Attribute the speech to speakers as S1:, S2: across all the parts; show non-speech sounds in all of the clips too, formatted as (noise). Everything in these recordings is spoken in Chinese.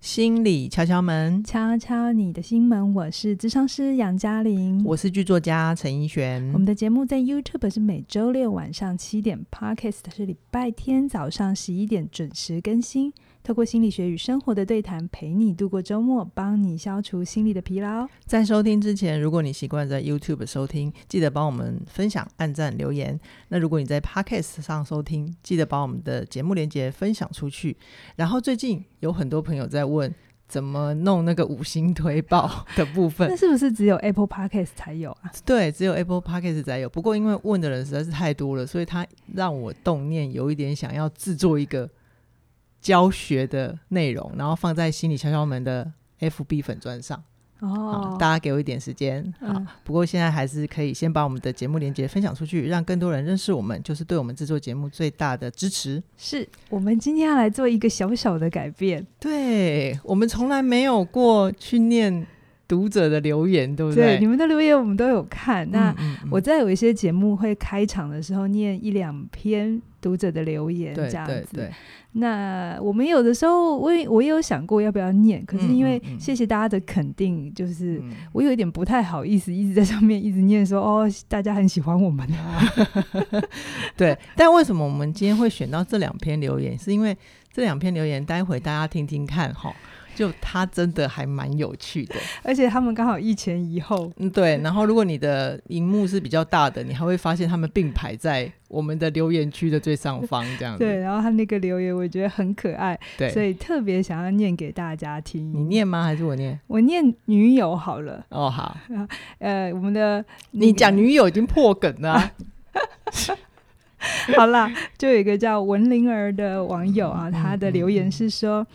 S1: 心理敲敲门，
S2: 敲敲你的心门，我是智商师杨嘉玲。
S1: 我是剧作家陈怡
S2: 我们
S1: 璇。
S2: 的节目在 YouTube 是每周六晚上七点，Podcast 是礼拜天早上十一点准时更新。透过心理学与生活的对谈，陪你度过周末，帮你消除心理的疲劳。
S1: 在收听之前，如果你习惯在 YouTube 收听，记得帮我们分享、按赞、留言。那如果你在 Podcast 上收听，记得把我们的节目链接分享出去。然后最近有很多朋友在问。怎么弄那个五星推爆的部
S2: 那
S1: 分？
S2: 是不是只有 Apple Podcast 才有啊？
S1: 对，只有 Apple Podcast 才有。不过因为问的人实在是太多了，所以他让我动念有一点想要制作一个教学的内容，然后放在心理敲敲门的 FB 粉砖上。嗯好，
S2: 哦，
S1: 大家给我一点时间。好，
S2: 嗯
S1: 不过现在还是可以先把我们的节目连接分享出去，让更多人认识我们，就是对我们制作节目最大的支持。
S2: 是我们今天要来做一个小小的改变，
S1: 对我们从来没有过去念读者的留言，对不
S2: 对你
S1: 对，
S2: 们的留言我们都有看。那、
S1: 嗯嗯
S2: 我在有一些节目会开场的时候念一两篇读者的留言，
S1: 对
S2: 这样子。
S1: 对对，
S2: 那我们有的时候，我也我也有想过要不要念，可是因为
S1: 嗯嗯嗯
S2: 谢谢大家的肯定，就是
S1: 嗯
S2: 我有一点不太好意思，一直在上面一直念说 (laughs) 哦，大家很喜欢我们
S1: (laughs)
S2: 啊。 (laughs)
S1: 对。但为什么我们今天会选到这两篇留言？是因为这两篇留言，待会大家听听看哈，就它真的还蛮有趣的。
S2: 而且他们刚好一前一后，
S1: 嗯，对。然后，如果你的荧幕是比较大的，你还会发现他们并排在我们的留言区的最上方，这样子。
S2: 对，然后他那个留言我觉得很可爱，
S1: 嗯对
S2: 所以特别想要念给大家听。
S1: 你，念吗？还是我念？
S2: 我念女友好了。
S1: 哦，好，
S2: 呃，我们的那
S1: 你
S2: 个
S1: 讲女友已经破梗了、啊。
S2: (laughs) 好啦，就有一个叫文灵儿的网友啊，
S1: 嗯
S2: 他的留言是说。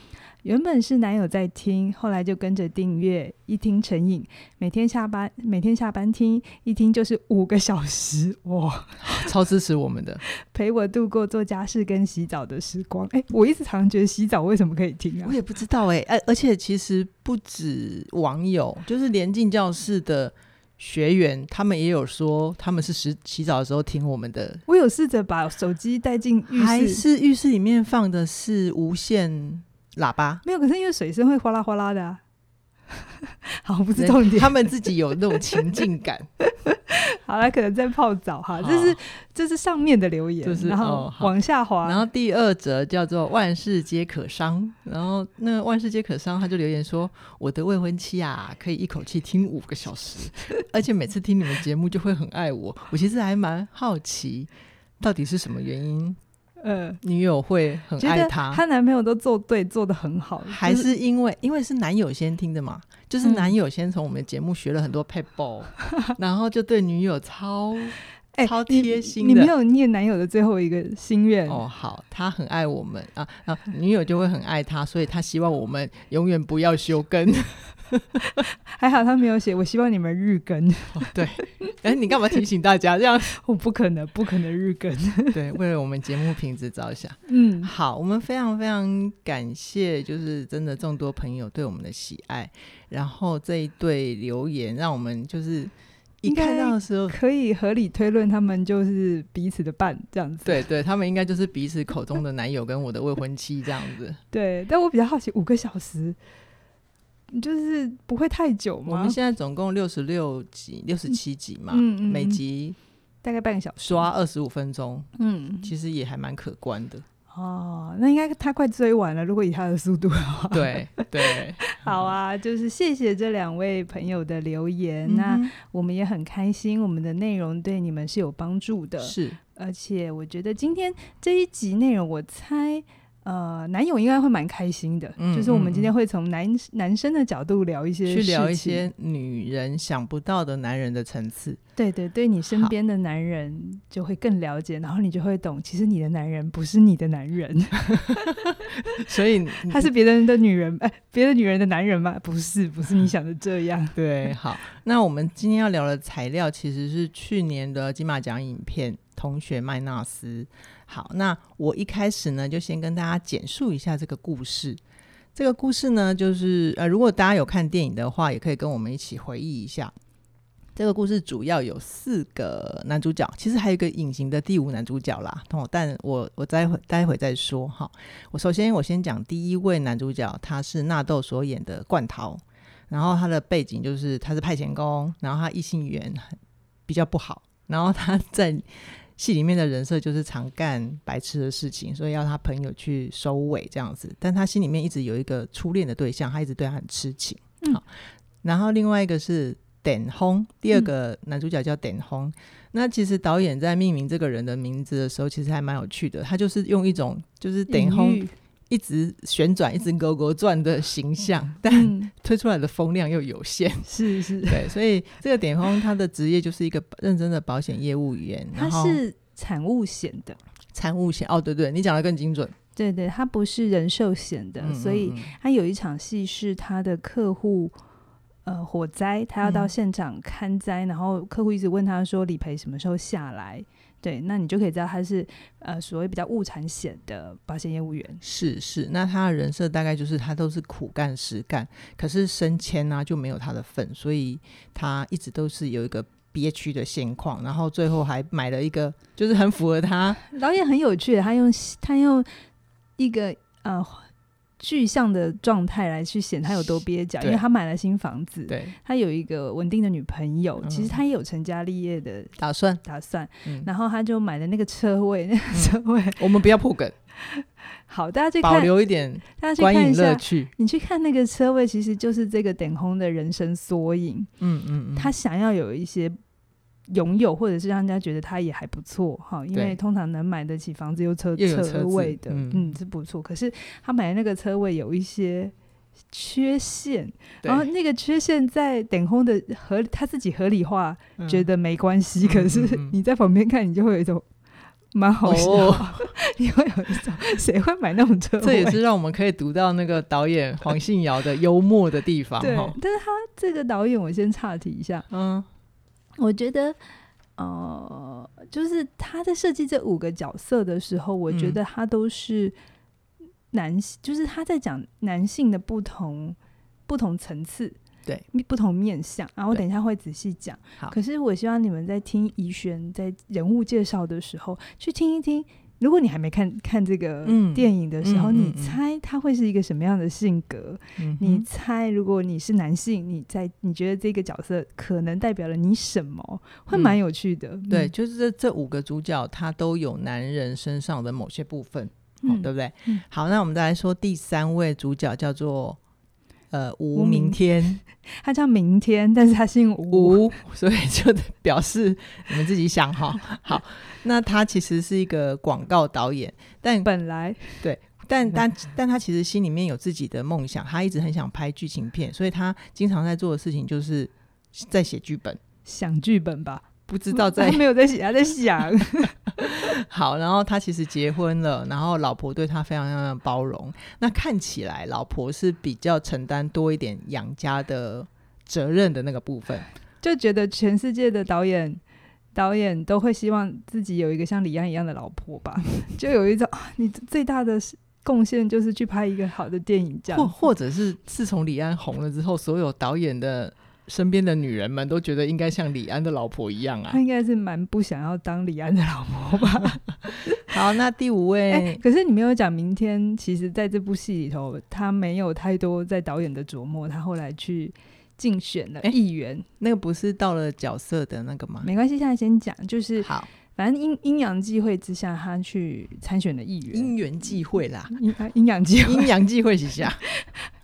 S2: 原本是男友在听，后来就跟着订阅，一听成瘾，每天下班每天下班听，一听就是五个小时，哇，
S1: 超支持我们的，
S2: 陪我度过做家事跟洗澡的时光。哎、我一直常常觉得洗澡为什么可以听啊
S1: 我？也不知道哎、而而且其实不止网友，就是连进教室的学员，他们也有说他们是洗洗澡的时候听我们的，
S2: 我有试着把手机带进浴
S1: 还
S2: 室，
S1: 是浴室里面放的是无线喇叭？
S2: 没有，可是因为水声会哗啦哗啦的、啊。 (laughs) 好，不是重点。
S1: 他们自己有那种情境感，
S2: 好了，可能在泡澡哈，这是这是上面的留言，
S1: 就是
S2: 然
S1: 哦
S2: 后
S1: 好
S2: 往下滑，
S1: 然后第二则叫做“万事皆可伤”，然后那个“万事皆可伤”，他就留言说：“我的未婚妻啊，可以一口气听五个小时， (laughs) 而且每次听你们节目就会很爱我。我其实还蛮好奇，到底是什么原因
S2: 呃，
S1: 女友会很
S2: 觉
S1: 爱
S2: 得
S1: 他，
S2: 她男朋友都做对，做的很好，
S1: 还
S2: 就是
S1: 因为因为是男友先听的嘛？就是
S2: 嗯
S1: 男友先从我们节目学了很多 p a p e (laughs) 然后就对女友超
S2: 哎
S1: 超
S2: 你
S1: 贴心
S2: 你
S1: 的
S2: 没有念男友的最后一个心愿，
S1: 哦，好，他很爱我们啊啊，女友就会很爱他，所以他希望我们永远不要休更。
S2: 还好他没有写。我希望你们日更， (laughs)
S1: 哎，你干嘛提醒大家这样？
S2: 我不可能，不可能日更。
S1: (laughs) 对，为了我们节目品质着想。
S2: 嗯，
S1: 好，我们非常非常感谢，就是真的众多朋友对我们的喜爱，然后这一对留言让我们就是一
S2: 应该
S1: 看到的时候。
S2: 可以合理推论他们就是彼此的伴这样
S1: (laughs)
S2: 子。
S1: 对对，他们应该就是彼此口中的男友跟我的未婚妻这样 (laughs) 子。
S2: 对，但我比较好奇，五个小时就是不会太久
S1: 我
S2: 吗
S1: 们？现在总共六十六集、六十七集嘛，
S2: 嗯嗯
S1: 每
S2: 嗯
S1: 集
S2: 大概半个小时。
S1: 刷二十五分钟，
S2: 嗯，
S1: 其实也还蛮可观 (laughs) 的。
S2: 哦，那应该他快追完了，如果以他的速度的话。
S1: 对对，
S2: (laughs) 好啊，就是谢谢这两位朋友的留言。那
S1: 嗯
S2: 我们也很开心，我们的内容对你们是有帮助的
S1: 哼。是
S2: 而且我觉得今天这一集内容，我猜。呃，男友应该会蛮开心的，
S1: 嗯
S2: 就是我们今天会从男、男生的角度聊一些
S1: 去聊一
S2: 事情，
S1: 些女人想不到的男人的层次。 (laughs)
S2: 对对对，你身
S1: 好
S2: 边的男人就会更了解，然后你就会懂，其实你的男人不是你的
S1: (laughs)
S2: 男人，
S1: 所以
S2: 他是别人的女人，哎、别的女人的男人吗？不是，不是你想的
S1: (laughs)
S2: 这样。
S1: 对好，那我们今天要聊的材料其实是去年的金马奖影片《同学麦纳斯》。好，那我一开始呢，就先跟大家简述一下这个故事。这个故事呢，就是呃，如果大家有看电影的话，也可以跟我们一起回忆一下。这个故事主要有四个男主角，其实还有一个隐形的第五男主角啦。哦，但我我待会待会再说哈。我首先我先讲第一位男主角，他是纳豆所演的冠桃，然后他的背景就是他是派遣工，然后他异性缘比较不好，然后他在戏里面的人设就是常干白痴的事情，所以要他朋友去收尾这样子。但他心里面一直有一个初恋的对象，他一直对他很痴情。
S2: 嗯
S1: 好，然后另外一个是点轰，第
S2: 嗯
S1: 二个男主角叫点轰。那其实导演在命名这个人的名字的时候，其实还蛮有趣的。他就是用一种就是点轰
S2: 隐喻
S1: 一直旋转、一直勾勾转的形象，但
S2: 嗯，
S1: 推出来的风量又有限。
S2: 是是，
S1: 对，所以这个点轰他的职业就是一个认真的保险业务员，
S2: 它
S1: 然后
S2: 是产物险的，
S1: 参务险。哦，对对，你讲的更精准。
S2: 对对，它不是人寿险的，
S1: 嗯
S2: 所以
S1: 嗯嗯
S2: 他有一场戏是他的客户呃火灾，他要到
S1: 嗯
S2: 现场看灾，然后客户一直问他说理赔什么时候下来。对，那你就可以知道他是呃所谓比较物产险的保险业务员。
S1: 是是，那他的人设大概就是他都是苦干实干，可是升迁啊呢、就没有他的份，所以他一直都是有一个憋屈的现况，然后最后还买了一个就是很符合他
S2: 导演很有趣，他用他用一个呃具象的状态来去显他有多蹩脚，因
S1: 对
S2: 为他买了新房子，
S1: 对
S2: 他有一个稳定的女朋友，其实
S1: 嗯
S2: 他也有成家立业的
S1: 打算。
S2: 打算，
S1: 嗯，
S2: 然后他就买了那个车位，那个车位、
S1: 我们不要破梗，
S2: 好，大家去
S1: 保
S2: 看，
S1: 留一点
S2: 大家去
S1: 观
S2: 看一
S1: 影乐
S2: 下。
S1: 趣。
S2: 你去看那个车位，其实就是这个等红的人生缩影。
S1: 嗯嗯嗯，
S2: 他想要有一些拥有，或者是让人家觉得他也还不错哈，因为
S1: 对
S2: 通常能买得起房子又车
S1: 又有车子
S2: 位的，
S1: 嗯
S2: 嗯是不错。可是他买的那个车位有一些缺陷，
S1: 对
S2: 然后那个缺陷在等空的合他自己合理化，
S1: 嗯
S2: 觉得没关系，
S1: 嗯
S2: 可是
S1: 嗯嗯
S2: 你在旁边看，你就会有一种。蛮好笑，
S1: 哦
S2: (laughs) 你会有一种谁会买那种车位？
S1: (laughs) 这也是让我们可以读到那个导演黄信尧的幽默的地方。
S2: 对
S1: 哈，
S2: 但是他这个导演，我先岔题一下，
S1: 嗯，
S2: 我觉得，呃，就是他在设计这五个角色的时候，我觉
S1: 嗯
S2: 得他都是男，性，就是他在讲男性的不同不同层次，
S1: 对，
S2: 不同面相。然后我
S1: 对
S2: 等一下会仔细讲
S1: 好。
S2: 可是我希望你们在听怡璇在人物介绍的时候，去听一听。如果你还没看看这个
S1: 嗯
S2: 电影的时候，
S1: 嗯嗯
S2: 你
S1: 嗯
S2: 猜他会是一个什么样的性格？
S1: 嗯
S2: 你
S1: 哼
S2: 猜，如果你是男性，你在你觉得这个角色可能代表了你什么，会
S1: 嗯
S2: 蛮有趣的。
S1: 对，就是这这五个主角，他都有男人身上的某些部分，
S2: 嗯，
S1: 哦，对不对？
S2: 嗯
S1: 好，那我们再来说第三位主角，叫做呃
S2: 吴
S1: 吴
S2: 明
S1: 明天
S2: 他叫明天，但是他姓吴。
S1: 吴， (laughs) 所以就表示你们自己想哈。好，那他其实是一个广告导演，但
S2: 本来
S1: 但但但他其实心里面有自己的梦想，他一直很想拍剧情片，所以他经常在做的事情就是在写剧本，
S2: 想剧本吧，
S1: 不知道在
S2: 他没有在写，他在
S1: (laughs)
S2: 想。(laughs)
S1: 好，然后他其实结婚了，然后老婆对他非常非常包容。那看起来老婆是比较承担多一点养家的责任的那个部分，
S2: 就觉得全世界的导演导演都会希望自己有一个像李安一样的老婆
S1: (laughs)
S2: 吧，就有一种啊，你最大的贡献就是去拍一个好的电影，这
S1: 或
S2: 样
S1: 或者是自从李安红了之后，所有导演的身边的女人们都觉得应该像李安的老婆一样啊
S2: 他。应该是蛮不想要当李安的老婆吧。
S1: 好，那第五
S2: 哎、
S1: 位，
S2: 可是你没有讲，明天其实在这部戏里头，他没有太多在导演的琢磨，他后来去竞选了
S1: 哎
S2: 议员。
S1: 那个不是到了角色的那个吗？
S2: 没关系，现在先讲，就是
S1: 好，
S2: 反正阴阴阳际会之下，他去参选了议员。
S1: 因缘际会啦，
S2: 阴啊阴阳际会，
S1: 阴阳际会一下。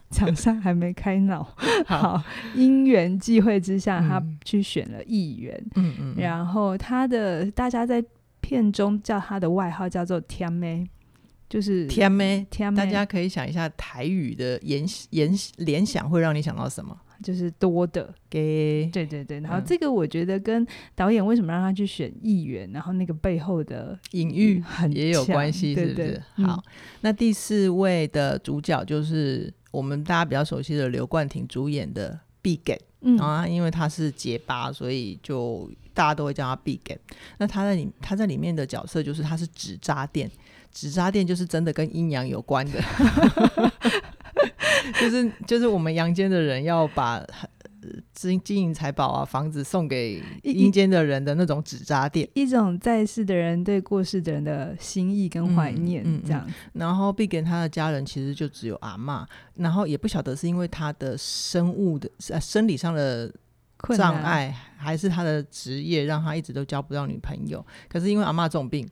S2: 场上还没开闹。
S1: 好，
S2: (laughs) 好，因缘际会之下，
S1: 嗯
S2: 他去选了议员。
S1: 嗯嗯，嗯
S2: 然后他的大家在片中叫他的外号叫做天妹，就是
S1: 天咩。
S2: 天妹，
S1: 大家可以想一下台语的联联联想会让你想到什么？
S2: 就是多的。
S1: 给
S2: 对对对，然后
S1: 嗯
S2: 这个我觉得跟导演为什么让他去选议员，然后那个背后的
S1: 隐喻
S2: 很
S1: 也有
S2: 强
S1: 关系，是
S2: 对
S1: 不
S2: 对
S1: 是？
S2: 嗯
S1: 好，，那第四位的主角就是我们大家比较熟悉的刘冠廷主演的《必给》
S2: 嗯嗯，
S1: 啊，因为他是结巴，所以就大家都会叫他 Big Game。那他在里他在里面的角色就是他是纸扎店，纸扎店就是真的跟阴阳有关的， (laughs) 就是就是我们阳间的人要把。呃金金银财宝啊、房子送给
S2: 一
S1: 阴间的人的那种纸扎店。
S2: 一种在世的人对过世的人的心意跟怀念
S1: 嗯嗯，嗯
S2: 这样。
S1: 然后毕根他的家人其实就只有阿嬷，然后也不晓得是因为他的生物的呃生理上的
S2: 困难
S1: 障，碍，还是他的职业让他一直都交不到女朋友。可是因为阿嬷重病，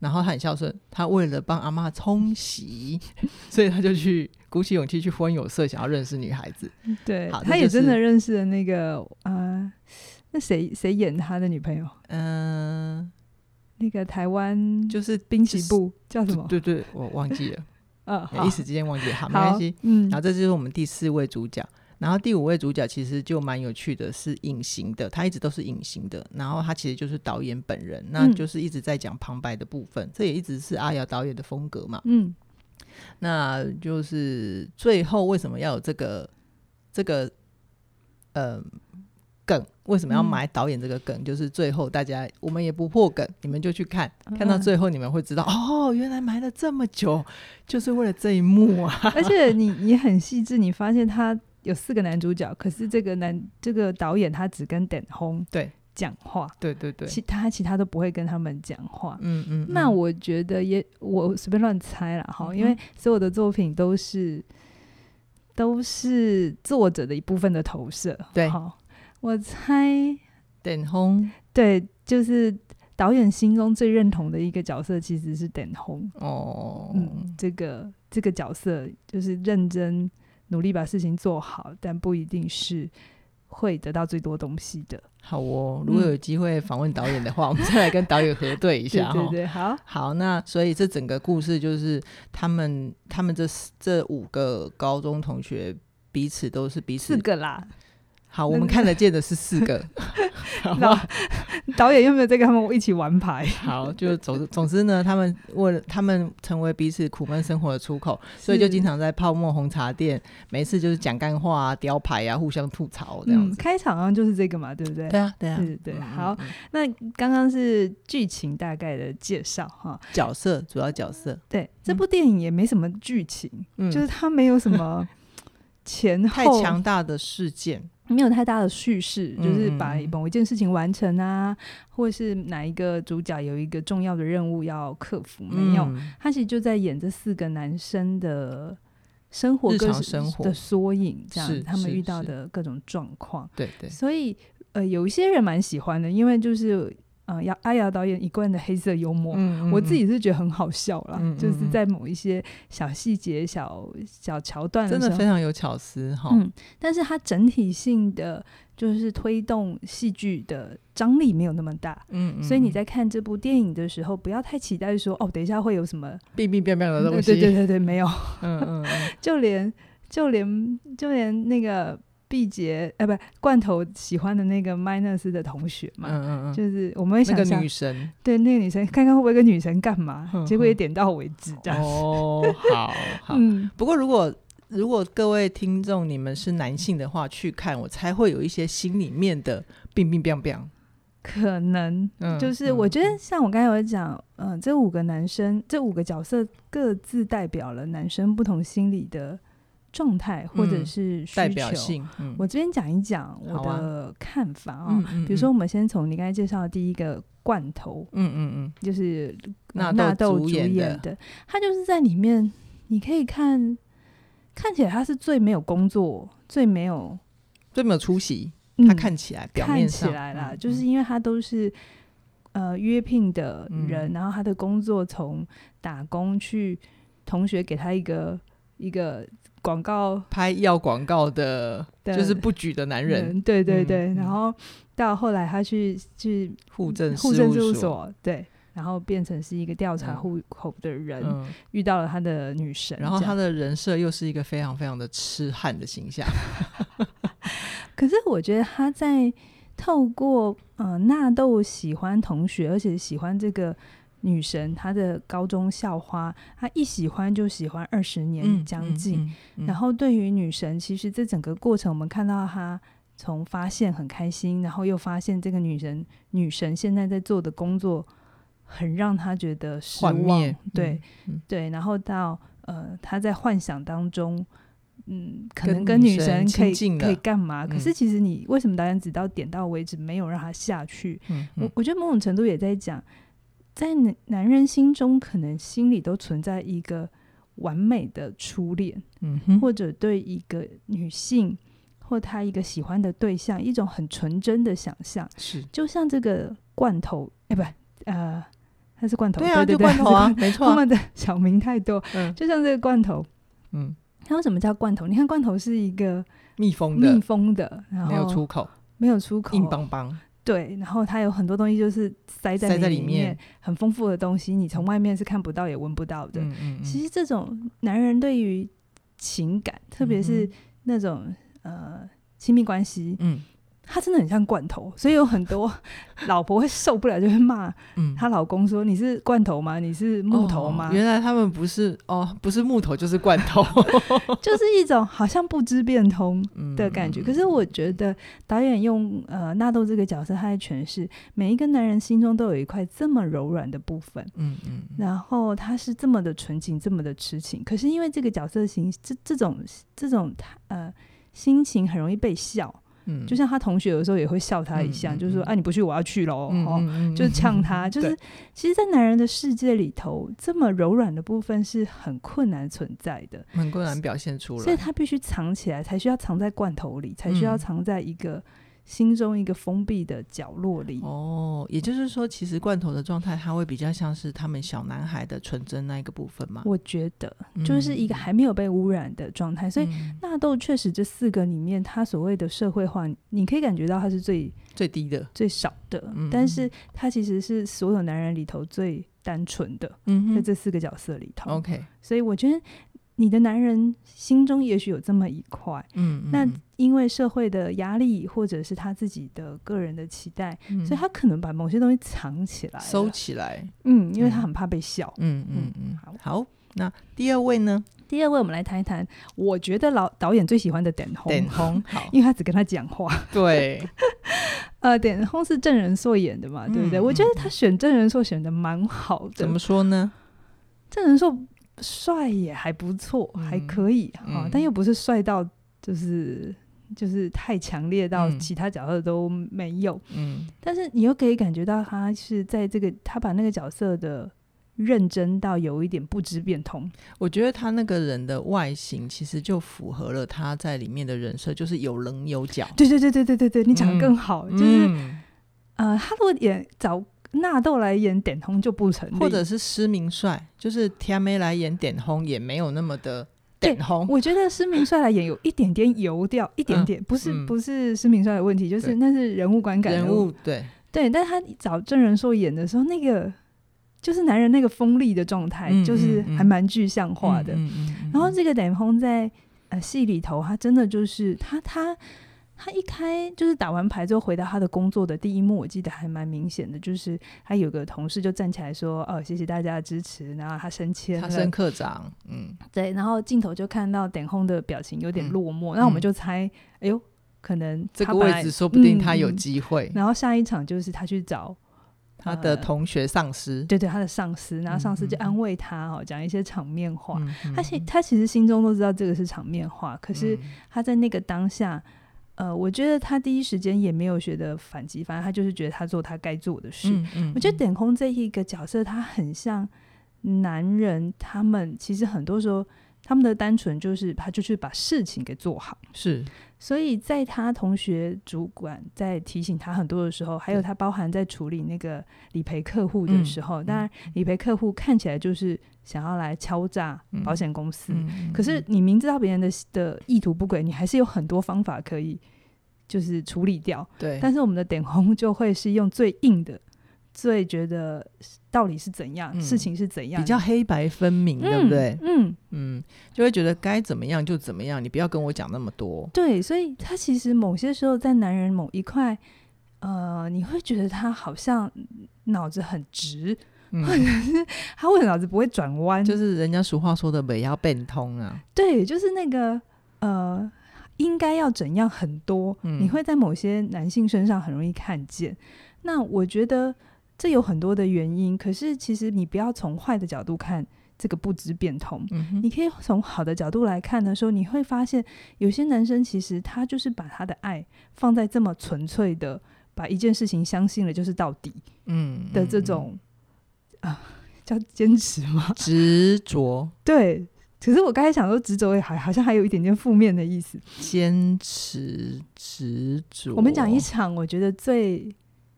S1: 然后他很孝顺，他为了帮阿嬷冲洗， (laughs) 所以他就去鼓起勇气去婚友社，想要认识女孩子。
S2: 对，
S1: 好
S2: 他
S1: 这
S2: 也
S1: 就是
S2: 真的认识了那个呃，那谁谁演他的女朋友？
S1: 嗯、
S2: 那个台湾
S1: 就是
S2: 滨崎步叫什么？
S1: 对对，我忘记了，
S2: 呃，好
S1: 一时之间忘记了，好，没关
S2: 好
S1: 系。，
S2: 嗯
S1: 然后这就是我们第四位主角。然后第五位主角其实就蛮有趣的，是隐形的，他一直都是隐形的。然后他其实就是导演本人，那
S2: 嗯
S1: 就是一直在讲旁白的部分，这也一直是阿瑶导演的风格嘛。
S2: 嗯，
S1: 那就是最后为什么要有这个这个呃梗？为什么要
S2: 嗯
S1: 埋导演这个梗？就是最后大家我们也不破梗，你们就去看，看到
S2: 嗯
S1: 最后你们会知道、哦，原来埋了这么久，就是为了这一幕
S2: (laughs)
S1: 啊！
S2: 而且你你很细致，你发现他有四个男主角，可是这个男这个导演他只跟等红
S1: 对
S2: 讲话，
S1: 对对对，
S2: 其他其他都不会跟他们讲话。
S1: 嗯嗯，
S2: 那
S1: 嗯
S2: 我觉得也我随便乱猜啦，哈，
S1: 嗯
S2: 因为所有的作品都是都是作者的一部分的投射。
S1: 对
S2: 好，我猜
S1: 等轰
S2: 对，就是导演心中最认同的一个角色其实是等红，
S1: 哦，
S2: 嗯，这个这个角色就是认真努力把事情做好，但不一定是会得到最多东西的。
S1: 好
S2: 嗯
S1: 哦。如果有机会访问导演的话，我们再来跟导演核对一
S2: (laughs) 对
S1: 下哈。
S2: 对对，好，
S1: 好，那所以这整个故事就是他们他们这四这五个高中同学彼此都是彼
S2: 四
S1: 此
S2: 个啦。
S1: 好，我
S2: 那
S1: 们
S2: 个
S1: 看得见的是四
S2: (laughs)
S1: 个，好不
S2: 那
S1: 好
S2: (laughs) 导演有没有在跟他们一起玩牌？
S1: 好，就总总之呢，他们为了他们成为彼此苦闷生活的出口，所以就经常在泡沫红茶店，每次就是讲干话啊、雕牌啊、互相吐槽 (laughs) 这样
S2: 嗯，
S1: 子。
S2: 开场好像就是这个嘛，对不对？
S1: 对啊，对啊，
S2: 对对对
S1: 嗯
S2: 好，
S1: 嗯嗯
S2: 那刚刚是剧情大概的介绍哈。
S1: 角色主要角色，
S2: 对，这
S1: 嗯
S2: 部电影也没什么剧情，
S1: 嗯，
S2: 就是它没有什么
S1: (laughs)
S2: 前后
S1: 太强大的事件，
S2: 没有太大的叙事，
S1: 嗯
S2: 就是把
S1: 嗯嗯
S2: 某一件事情完成啊，或是哪一个主角有一个重要的任务要克服，没有，
S1: 嗯
S2: 他其实就在演这四个男生的生活
S1: 日
S2: 各
S1: 常
S2: 式
S1: 生活
S2: 的缩影，这
S1: 是
S2: 样他
S1: 是
S2: 们遇到
S1: 是
S2: 的各种状况，
S1: 对对，
S2: 所以呃，有一些人蛮喜欢的，因为就是呃，姚阿瑶导演一贯的黑色幽默，
S1: 嗯
S2: 我自己是觉得很好笑啦，
S1: 嗯嗯
S2: 就是
S1: 嗯
S2: 在某一些小细节、小小桥段
S1: 真
S2: 时
S1: 的
S2: 候
S1: 非常有巧思哈。
S2: 嗯，但是它整体性的就是推动戏剧的张力没有那么大。
S1: 嗯
S2: 所以你在看这部电影的时候，不要太期待说哦，等一下会有什么？呃
S1: 病病变变的呃东
S2: 对
S1: 西，
S2: 对对对对，没有，
S1: 嗯嗯嗯，
S2: 就连就连就连那个毕节，呃，不，罐头喜欢的那个 minus 的同学嘛，
S1: 嗯嗯嗯，
S2: 就是我们会
S1: 那
S2: 想
S1: 个
S2: 象
S1: 女，神
S2: 对那个女生，看看会不会跟女生干嘛，
S1: 哼
S2: 结果也
S1: 哼
S2: 点到为止这
S1: 嗯
S2: 样。
S1: 哦，好好。
S2: 嗯，
S1: 不过如果如果各位听众你们是男性的话，去看我猜会有一些心里面的病病变变，
S2: 可能
S1: 嗯
S2: 就是我觉得像我刚才有讲，嗯、这五个男生，这五个角色各自代表了男生不同心理的状态或者
S1: 嗯
S2: 是需求。
S1: 代表性，嗯
S2: 我这边讲一讲我
S1: 好啊
S2: 的看法啊、
S1: 嗯嗯
S2: 比如说，我们先从你刚才介绍的第一个罐头，
S1: 嗯嗯嗯，
S2: 就是
S1: 纳
S2: 呃
S1: 豆
S2: 纳豆
S1: 主
S2: 主
S1: 演
S2: 演
S1: 的
S2: 的，他就是在里面，你可以看，看起来他是最没有工作，最没有。
S1: 最没有出席，
S2: 嗯
S1: 他看起来表
S2: 看
S1: 面
S2: 起
S1: 上
S2: 来啦，
S1: 嗯
S2: 就是因为他都是呃约聘的
S1: 嗯
S2: 人，然后他的工作从打工去同学给他一个一个广告
S1: 拍药广告的，
S2: 的
S1: 就是不举的男人，
S2: 嗯对对对，
S1: 嗯
S2: 然后到后来他去去
S1: 户政
S2: 户政事
S1: 务
S2: 务，所，对。然后变成是一个调查户口的人，
S1: 嗯，
S2: 遇到了他的女神，
S1: 然后
S2: 这
S1: 他
S2: 样
S1: 的人设又是一个非常非常的痴汉的形象，
S2: 可是我觉得他在透过呃纳豆喜欢同学，而且喜欢这个女神，她的高中校花，她一喜欢就喜欢二十年将近。
S1: 嗯嗯嗯
S2: 然后对于女神，其实这整个过程，我们看到她从发现很开心，然后又发现这个女神，女神现在在做的工作很让她觉得失
S1: 幻
S2: 望
S1: 灭，
S2: 对、
S1: 嗯嗯
S2: 对，然后到呃她在幻想当中嗯，可
S1: 跟
S2: 能跟
S1: 女
S2: 女
S1: 生
S2: 神可
S1: 亲
S2: 以
S1: 近
S2: 可以
S1: 了
S2: 干嘛？可是
S1: 嗯
S2: 其实你为什么导演只到点到为止，没有让他下去？
S1: 嗯
S2: 我
S1: 嗯
S2: 我觉得某种程度也在讲，在男男人心中，可能心里都存在一个完美的初恋，
S1: 嗯哼，
S2: 或者对一个女性或他一个喜欢的对象，一种很纯真的想象，
S1: 是
S2: 就像这个罐头，哎、不，呃，它是罐头，
S1: 对啊，
S2: 对
S1: 就罐头，
S2: (laughs)
S1: 啊
S2: 它是，
S1: 没错
S2: 罐头他
S1: 啊，
S2: 们的小名太多，
S1: 嗯
S2: 就像这个罐头。
S1: 嗯，
S2: 它为什么叫罐头？你看罐头是一个
S1: 密封
S2: 密
S1: 的，
S2: 封的，然后
S1: 没有出口，
S2: 没有出口，
S1: 硬邦邦，
S2: 对，然后它有很多东西就是塞在
S1: 塞
S2: 你
S1: 在
S2: 里
S1: 里面
S2: 很丰富的东西，你从外面是看不到也闻不到的。
S1: 嗯嗯，
S2: 其
S1: 实
S2: 实这种男人对于情感，特别是那种、呃亲密关系，
S1: 嗯
S2: 他真的很像罐头，所以有很多 (laughs) 老婆会受不了，就会骂
S1: 嗯，
S2: 她老公说：“你是罐头吗？你是木头
S1: 哦？”
S2: 吗
S1: 原来他们不是哦，不是木头就是罐
S2: (laughs)
S1: 头
S2: 就是一种好像不知变通。
S1: 嗯
S2: 的感觉。可是我觉得导演用呃纳豆这个角色，他的诠释每一个男人心中都有一块这么柔软的部分，
S1: 嗯嗯嗯
S2: 然后他是这么的纯情，这么的痴情。可是因为这个角色形这这种这种他呃。心情很容易被笑，
S1: 嗯，
S2: 就像他同学有时候也会笑他一下，
S1: 嗯嗯
S2: 就是说：“
S1: 嗯
S2: 啊，你不去，我要去喽。
S1: 嗯
S2: 哦，
S1: 嗯嗯
S2: 就是呛
S1: 嗯 (laughs)
S2: 他。就是
S1: 对
S2: 其实，在男人的世界里头，这么柔软的部分是很困难存在的。
S1: 很困难表现出来，
S2: 所以它必须藏起来，才需要藏在罐头里，才需要
S1: 嗯
S2: 藏在一个心中一个封闭的角落里。
S1: 哦，也就是说，其实罐头的状态，它会比较像是他们小男孩的纯真那一个部分嘛。
S2: 我觉得就是一个还没有被污染的状态，所以
S1: 嗯
S2: 纳豆确实这四个里面，它所谓的社会化，你可以感觉到它是最
S1: 最低的，
S2: 最少的，
S1: 嗯
S2: 但是它其实是所有男人里头最单纯的，
S1: 嗯
S2: 在这四个角色里头。
S1: OK，
S2: 所以我觉得你的男人心中也许有这么一块，
S1: 嗯，
S2: 那
S1: 嗯
S2: 因为社会的压力或者是他自己的个人的期待，
S1: 嗯
S2: 所以他可能把某些东西藏起来了，
S1: 收起来，
S2: 嗯，因为他
S1: 嗯
S2: 很怕被笑。
S1: 嗯嗯嗯
S2: 好，
S1: 好。那第二位呢？
S2: 第二位，我们来谈一谈，我觉得老导演最喜欢的点红，
S1: 等红，好，
S2: (laughs) 因为他只跟他讲话。
S1: (laughs) 对，
S2: (laughs) 呃，点红是郑仁硕演的嘛，对不对？
S1: 嗯
S2: 我觉得
S1: 嗯
S2: 他选郑仁硕选的蛮好
S1: 怎
S2: 的
S1: 么，说呢？
S2: 郑仁硕帅也还不错，
S1: 嗯
S2: 还可以啊、
S1: 嗯
S2: 但又不是帅到就是就是太强烈到
S1: 嗯
S2: 其他角色都没有。
S1: 嗯
S2: 但是你又可以感觉到他是在这个他把那个角色的认真到有一点不知变通，
S1: 我觉得他那个人的外形其实就符合了他在里面的人设，就是有棱有角，
S2: 对对对对对对对，你讲的更好，就是
S1: 嗯
S2: 呃，他如果演找纳豆来演点通就不成立，
S1: 或者是施明帅，就是田梅来演点红也没有那么的
S2: 对
S1: 点红，
S2: (laughs) 我觉得施明帅来演有一点点油调，一点点，不是、
S1: 嗯
S2: 不是施明帅的问题，就是
S1: 对
S2: 那是人物观感的
S1: 人物对，
S2: 对，但他找郑仁硕演的时候，那个就是男人那个锋利的状态，
S1: 嗯
S2: 就是
S1: 嗯嗯
S2: 还蛮具象化的，
S1: 嗯嗯嗯
S2: 然后这个点轰在呃戏里头，他真的就是他他他一开就是打完牌之后回到他的工作的第一幕，我记得还蛮明显的，就是他有个同事就站起来说：“哦，谢谢大家的支持。”然后他升迁
S1: 他
S2: 了，
S1: 升科长，嗯，
S2: 对，然后镜头就看到点轰的表情有点
S1: 嗯
S2: 落寞，那、我们就猜，哎呦，可能
S1: 这
S2: 他
S1: 个
S2: 本
S1: 位
S2: 来
S1: 置说不定
S2: 嗯
S1: 他有
S2: 嗯
S1: 机会，
S2: 然后下一场就是他去找
S1: 他的
S2: 呃
S1: 同学上司，
S2: 对对他的上司，然后上司就
S1: 嗯嗯嗯
S2: 安慰他哦，讲一些场面话。
S1: 嗯，嗯
S2: 他其他其实心中都知道这个是场面话，可是他在那个当下，呃，我觉得他第一时间也没有觉得反击，反正他就是觉得他做他该做的事。
S1: 嗯，嗯
S2: 我觉得点空这一个角色，他很像男人，他们其实很多时候他们的单纯就是他就是把事情给做好。
S1: 是
S2: 所以在他同学、主管在提醒他很多的时候，还有他包含在处理那个理赔客户的时候，
S1: 嗯
S2: 当然理赔客户看起来就是想要来敲诈
S1: 嗯
S2: 保险公司，
S1: 嗯
S2: 可是你明知道别人的的意图不轨，你还是有很多方法可以就是处理掉。
S1: 对，
S2: 但是我们的点红就会是用最硬的、最觉得道理是怎样、
S1: 嗯
S2: 事情是怎样，
S1: 比较黑白分明，对不对？
S2: 嗯？嗯，
S1: 嗯，就会觉得该怎么样就怎么样，你不要跟我讲那么多。
S2: 对，所以他其实某些时候在男人某一块，呃，你会觉得他好像脑子很直，
S1: 嗯，
S2: 他为什么脑子不会转弯？
S1: 就是人家俗话说的“尾要变通”啊，
S2: 对，就是那个呃，应该要怎样很多，
S1: 嗯
S2: 你会在某些男性身上很容易看见。那我觉得这有很多的原因，可是其实你不要从坏的角度看这个不知变通。
S1: 嗯哼，
S2: 你可以从好的角度来看的时候，你会发现有些男生其实他就是把他的爱放在这么纯粹的，把一件事情相信了就是到底
S1: 嗯
S2: 的这
S1: 嗯嗯
S2: 种啊，叫坚持吗？
S1: 执着、
S2: 对。可是我刚才想说执着也还好像还有一点点负面的意思。
S1: 坚持、执着。
S2: 我们讲一场，我觉得最，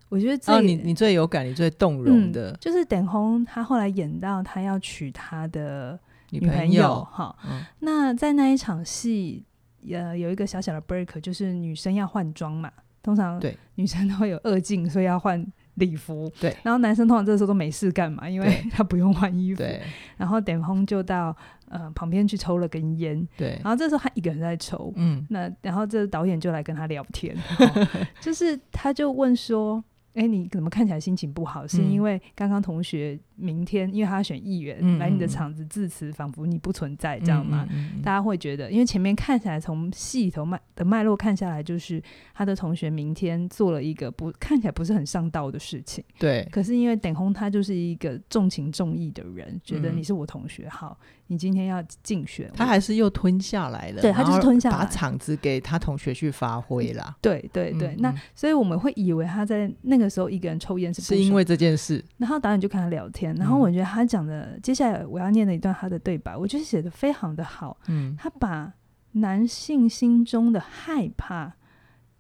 S2: 我觉得最、嗯
S1: 哦，你你最有感，你最动容的
S2: 就是等红他后来演到他要娶他的
S1: 女
S2: 女朋友
S1: 友，
S2: 哈。
S1: 嗯
S2: 那在那一场戏，呃，有一个小小的 break，就是女生要换装嘛，通常
S1: 对
S2: 女生都会有二进，所以要换礼服。
S1: 对
S2: 然后男生通常这时候都没事干嘛，因为
S1: 对
S2: 他不用换衣服。
S1: 对
S2: 然后等红就到呃旁边去抽了根烟，
S1: 对，
S2: 然后这时候他一个人在抽，
S1: 嗯
S2: 那然后这导演就来跟他聊
S1: (laughs)
S2: 天，哦就是他就问说：“哎、你怎么看起来心情不好？是
S1: 嗯
S2: 因为刚刚同学明天，因为他要选议员、
S1: 嗯
S2: 来你的
S1: 嗯
S2: 场子致辞，仿佛你不存在这样吗？”？
S1: 嗯嗯嗯
S2: 大家会觉得，因为前面看起来从系统脉的脉络看下来，就是他的同学明天做了一个不看起来不是很上道的事情，
S1: 对，
S2: 可是因为等红他就是一个重情重义的人，觉得
S1: 嗯
S2: 你是我同学，好，你今天要竞选，
S1: 他还是又吞下来了，
S2: 对他就是
S1: 然后
S2: 吞下
S1: 把
S2: 来
S1: 场子给他同学去发挥啦。
S2: 对对对，
S1: 嗯
S2: 那
S1: 嗯
S2: 所以我们会以为他在那个时候一个人抽烟是不
S1: 是因
S2: 爽
S1: 为，这件事，
S2: 然后导演就跟他聊天，然后
S1: 嗯
S2: 我觉得他讲的、接下来我要念的一段他的对白，我觉得写的非常的好，
S1: 嗯
S2: 他把男性心中的害怕，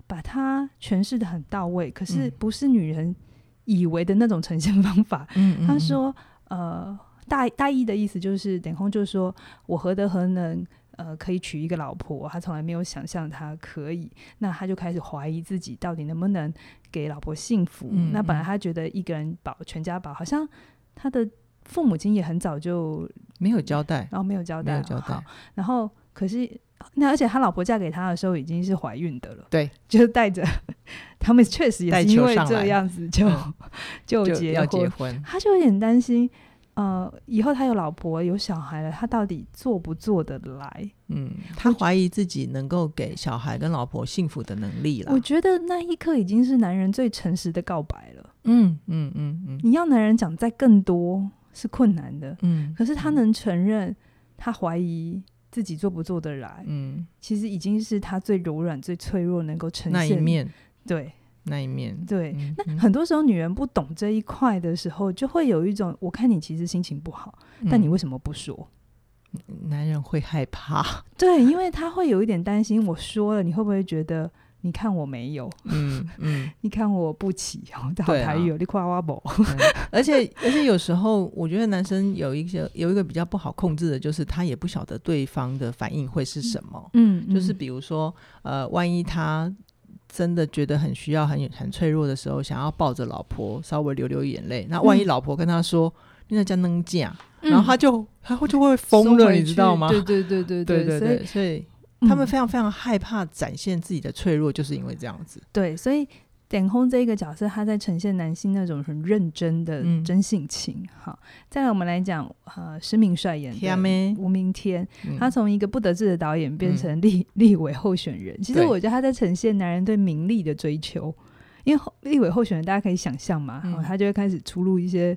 S2: 把它诠释的很到位，可是
S1: 嗯
S2: 不是女人以为的那种呈现方法，
S1: 嗯
S2: 他，说，呃，大大意的意思就是，等空就说我何德何能，呃，可以娶一个老婆，他从来没有想象他可以，那他就开始怀疑自己到底能不能给老婆幸福。
S1: 嗯
S2: 那本来
S1: 嗯
S2: 他觉得一个人保全家保，好像他的父母亲也很早就，
S1: 没有交代，
S2: 然后没有交
S1: 没
S2: 代，
S1: 有交
S2: 好
S1: 代，
S2: 然后可是。那而且他老婆嫁给他的时候已经是怀孕的了，
S1: 对，
S2: (laughs) 就是带着他们确实也
S1: 带
S2: 是因
S1: 球
S2: 为
S1: 上
S2: 这
S1: 来
S2: 样子就、
S1: 嗯
S2: (laughs) 就
S1: 就
S2: 结
S1: 要
S2: 婚，
S1: 结婚，
S2: 他就有点担心，呃，以后他有老婆有小孩了，他到底做不做得来？
S1: 嗯，他怀疑自己能够给小孩跟老婆幸福的能力啦
S2: 我。觉得那一刻已经是男人最诚实的告白了。
S1: 嗯嗯嗯嗯
S2: 你要男人讲再更多是困难的，
S1: 嗯，
S2: 可是他能承认他怀疑自己做不做得来，
S1: 嗯
S2: 其实已经是他最柔软、最脆弱能够呈现
S1: 那一。面
S2: 对
S1: 那一面，
S2: 对。
S1: 嗯
S2: 那
S1: 嗯
S2: 很多时候，女人不懂这一块的时候，就会有一种我看你其实心情不好，但你为什么不说？
S1: 嗯男人会害怕，
S2: 对，因为他会有一点担心，我说了，你会不会觉得？你看我没有，
S1: 嗯嗯，
S2: 你看我不起，哦，这好
S1: 对啊
S2: 台语哦，你夸我不？
S1: 而且而且有时候我觉得男生有一些有一个比较不好控制的，就是他也不晓得对方的反应会是什么，
S2: (laughs) 嗯
S1: 就是比如说呃，万一他。真的觉得很需要、很很脆弱的时候，想要抱着老婆稍微流流眼泪。那万一
S2: 嗯
S1: 老婆跟他说：“你那叫能嫁”，然后他就他会就会疯了，你知道吗？
S2: 对对对对
S1: 对对
S2: 所以
S1: 对，所以他们
S2: 嗯
S1: 非常非常害怕展现自己的脆弱，就是因为这样子。
S2: 对，所以点空这个角色，他在呈现男性那种很认真的
S1: 嗯
S2: 真性情。好，再来我们来讲，呃，施明帅演
S1: 天
S2: 的
S1: 咩
S2: 吴明天，
S1: 嗯
S2: 他从一个不得志的导演变成立、 (laughs) 立委候选人。其实
S1: 对
S2: 我觉得他在呈现男人对名利的追求，因为后立委候选人大家可以想象嘛，
S1: 嗯
S2: 哦他就会开始出入一些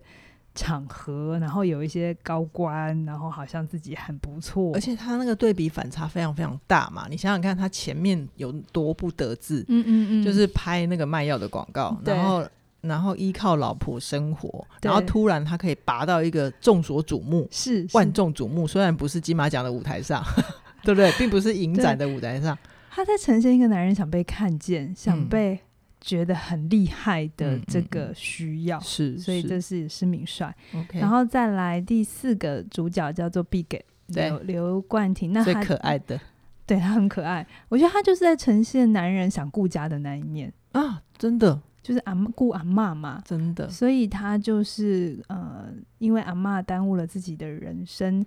S2: 场合，然后有一些高官，然后好像自己很不错
S1: 而。且他那个对比反差非常非常大嘛，你想想看，他前面有多不得志，
S2: 嗯嗯嗯，
S1: 就是拍那个卖药的广告，
S2: 对
S1: 然后然后依靠老婆生活，
S2: 对
S1: 然后突然他可以拔到一个众所瞩目、
S2: 是是
S1: 万众瞩目，虽然不是金马奖的舞台上， (laughs) 对不对，并不是影展的舞台上，
S2: 他在呈现一个男人想被看见、想
S1: 嗯
S2: 被觉得很厉害
S1: 嗯
S2: 的
S1: 嗯
S2: 这
S1: 嗯
S2: 个需要，
S1: 是，
S2: 哦所以
S1: 是
S2: 这是施明帅。
S1: OK，
S2: 然后再来第四个主角叫做毕给。
S1: 对
S2: 刘刘冠廷，那
S1: 最
S2: 他
S1: 可爱的
S2: 对他很可爱，我觉得他就是在呈现男人想顾家的那一面，
S1: 啊，真的
S2: 就是阿嬷顾阿嬷嘛，
S1: 真的，
S2: 所以他就是呃，因为阿嬷耽误了自己的人生，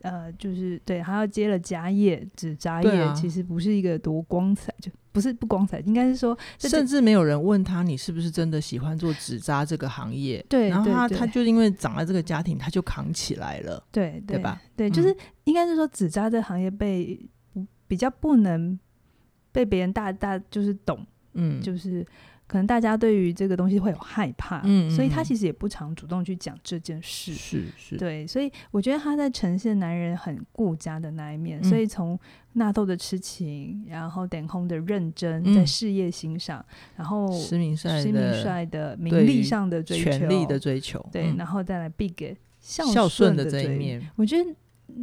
S2: 呃，就是对他要接了家业，纸扎
S1: 对
S2: 业、
S1: 啊
S2: 其实不是一个多光彩，就不是不光彩，应该是说这
S1: 甚至没有人问他你是不是真的喜欢做纸扎这个行业。
S2: 对
S1: 然后
S2: 对
S1: 他
S2: 对
S1: 他就因为长在这个家庭，他就扛起来了，
S2: 对
S1: 对吧？
S2: 对，
S1: 嗯
S2: 就是应该是说纸扎这行业被不比较不能被别人大大就是懂，
S1: 嗯，
S2: 就是可能大家对于这个东西会有害怕，
S1: 嗯嗯
S2: 所以他
S1: 嗯
S2: 其实也不常主动去讲这件事。
S1: 是是，
S2: 对，所以我觉得他在呈现男人很顾家的那一面，
S1: 嗯
S2: 所以从纳豆的痴情，然后等空的认真，
S1: 嗯
S2: 在事业欣赏，然后
S1: 施明帅
S2: 新民
S1: 的
S2: 帅的名
S1: 对于
S2: 利上的追求，
S1: 权力的追求，
S2: 对，
S1: 嗯
S2: 然后再来 big 孝
S1: 孝顺
S2: 的
S1: 的这一
S2: 追，
S1: 面，
S2: 我觉得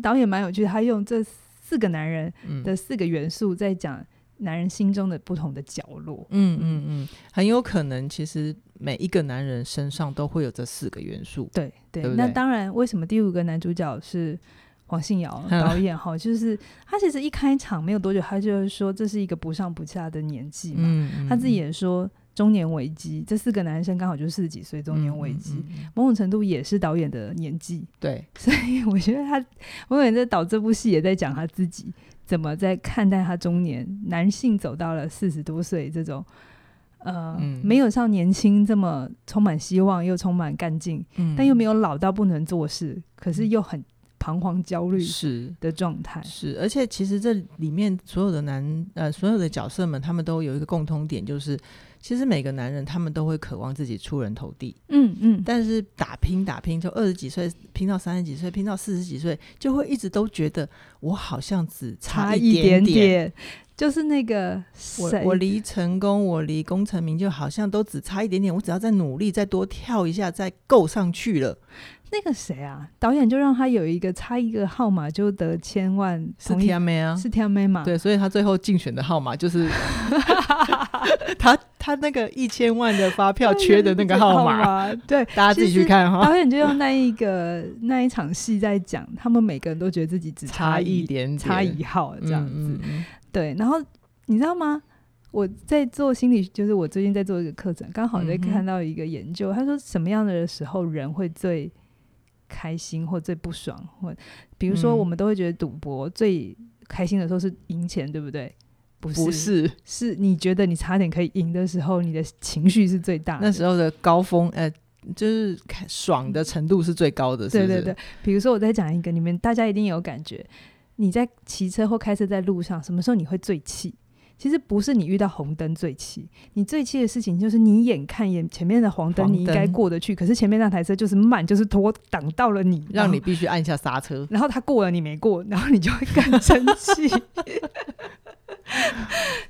S2: 导演蛮有趣的，他用这四个男人
S1: 嗯
S2: 的四个元素在讲男人心中的不同的角落。
S1: 嗯嗯嗯，很有可能其实每一个男人身上都会有这四个元素，
S2: 对对，
S1: 对不
S2: 那
S1: 对
S2: 当然，为什么第五个男主角是黄信尧导演
S1: (laughs)
S2: 哈？就是他其实一开场没有多久，他就说这是一个不上不下的年纪嘛，
S1: 嗯，
S2: 他自己
S1: 嗯
S2: 也说中年危机，这四个男生刚好就四十几岁中年危机。，
S1: 嗯嗯嗯嗯
S2: 某种程度也是导演的年纪， (laughs)
S1: 对，
S2: 所以我觉得他，我感觉导这部戏也在讲他自己怎么在看待他中年男性走到了四十多岁这种，呃，
S1: 嗯
S2: 没有像年轻这么充满希望又充满干劲，
S1: 嗯
S2: 但又没有老到不能做事，可是又很彷徨焦虑
S1: 是
S2: 的状态。
S1: 是，而且其实这里面所有的男呃所有的角色们，他们都有一个共通点，就是其实每个男人他们都会渴望自己出人头地，
S2: 嗯嗯，
S1: 但是打拼打拼，从二十几岁拼到三十几岁，拼到四十几岁，就会一直都觉得我好像只
S2: 差
S1: 一
S2: 点
S1: 点。
S2: 就是那个谁
S1: 我我离成功，我离功成名就，好像都只差一点点。我只要再努力，再多跳一下，再够上去了。
S2: 那个谁啊，导演就让他有一个差一个号码就得千万，
S1: 是
S2: 同一
S1: 天妹啊，
S2: 是天妹嘛？
S1: 对，所以他最后竞选的号码就是
S2: (laughs)
S1: 他他那个一千万的发票缺的那个号
S2: (laughs)
S1: 码，
S2: 码，啊对，
S1: 大家自己去看哈。
S2: 导演就用那一个那一场戏在讲，他们每个人都觉得自己只
S1: 差一
S2: 一
S1: 点点，
S2: 差一号这样子。
S1: 嗯，嗯
S2: 对，然后你知道吗？我在做心理，就是我最近在做一个课程，刚好在
S1: 嗯哼
S2: 看到一个研究，他说什么样的时候人会最开心或最不爽，或比如说
S1: 嗯
S2: 我们都会觉得赌博最开心的时候是赢钱，对不对？不
S1: 嗯
S2: 是，
S1: 不是
S2: 是你觉得你差点可以赢的时候，你的情绪是最大的。
S1: 那时候的高峰，呃，就是看爽的程度是最高的，是
S2: 对
S1: 不
S2: 对
S1: 是？
S2: 对，比如说我再讲一个，你们大家一定有感觉，你在骑车或开车在路上，什么时候你会最气？其实不是你遇到红灯最气，你最气的事情就是你眼看眼前面的黄灯，
S1: 黄
S2: 你应该
S1: 灯
S2: 过得去，可是前面那台车就是慢，就是拖挡到了你，然
S1: 让
S2: 后
S1: 你必须按下刹车。
S2: 然后他过了你没过，然后你就会更生
S1: (laughs)
S2: 气。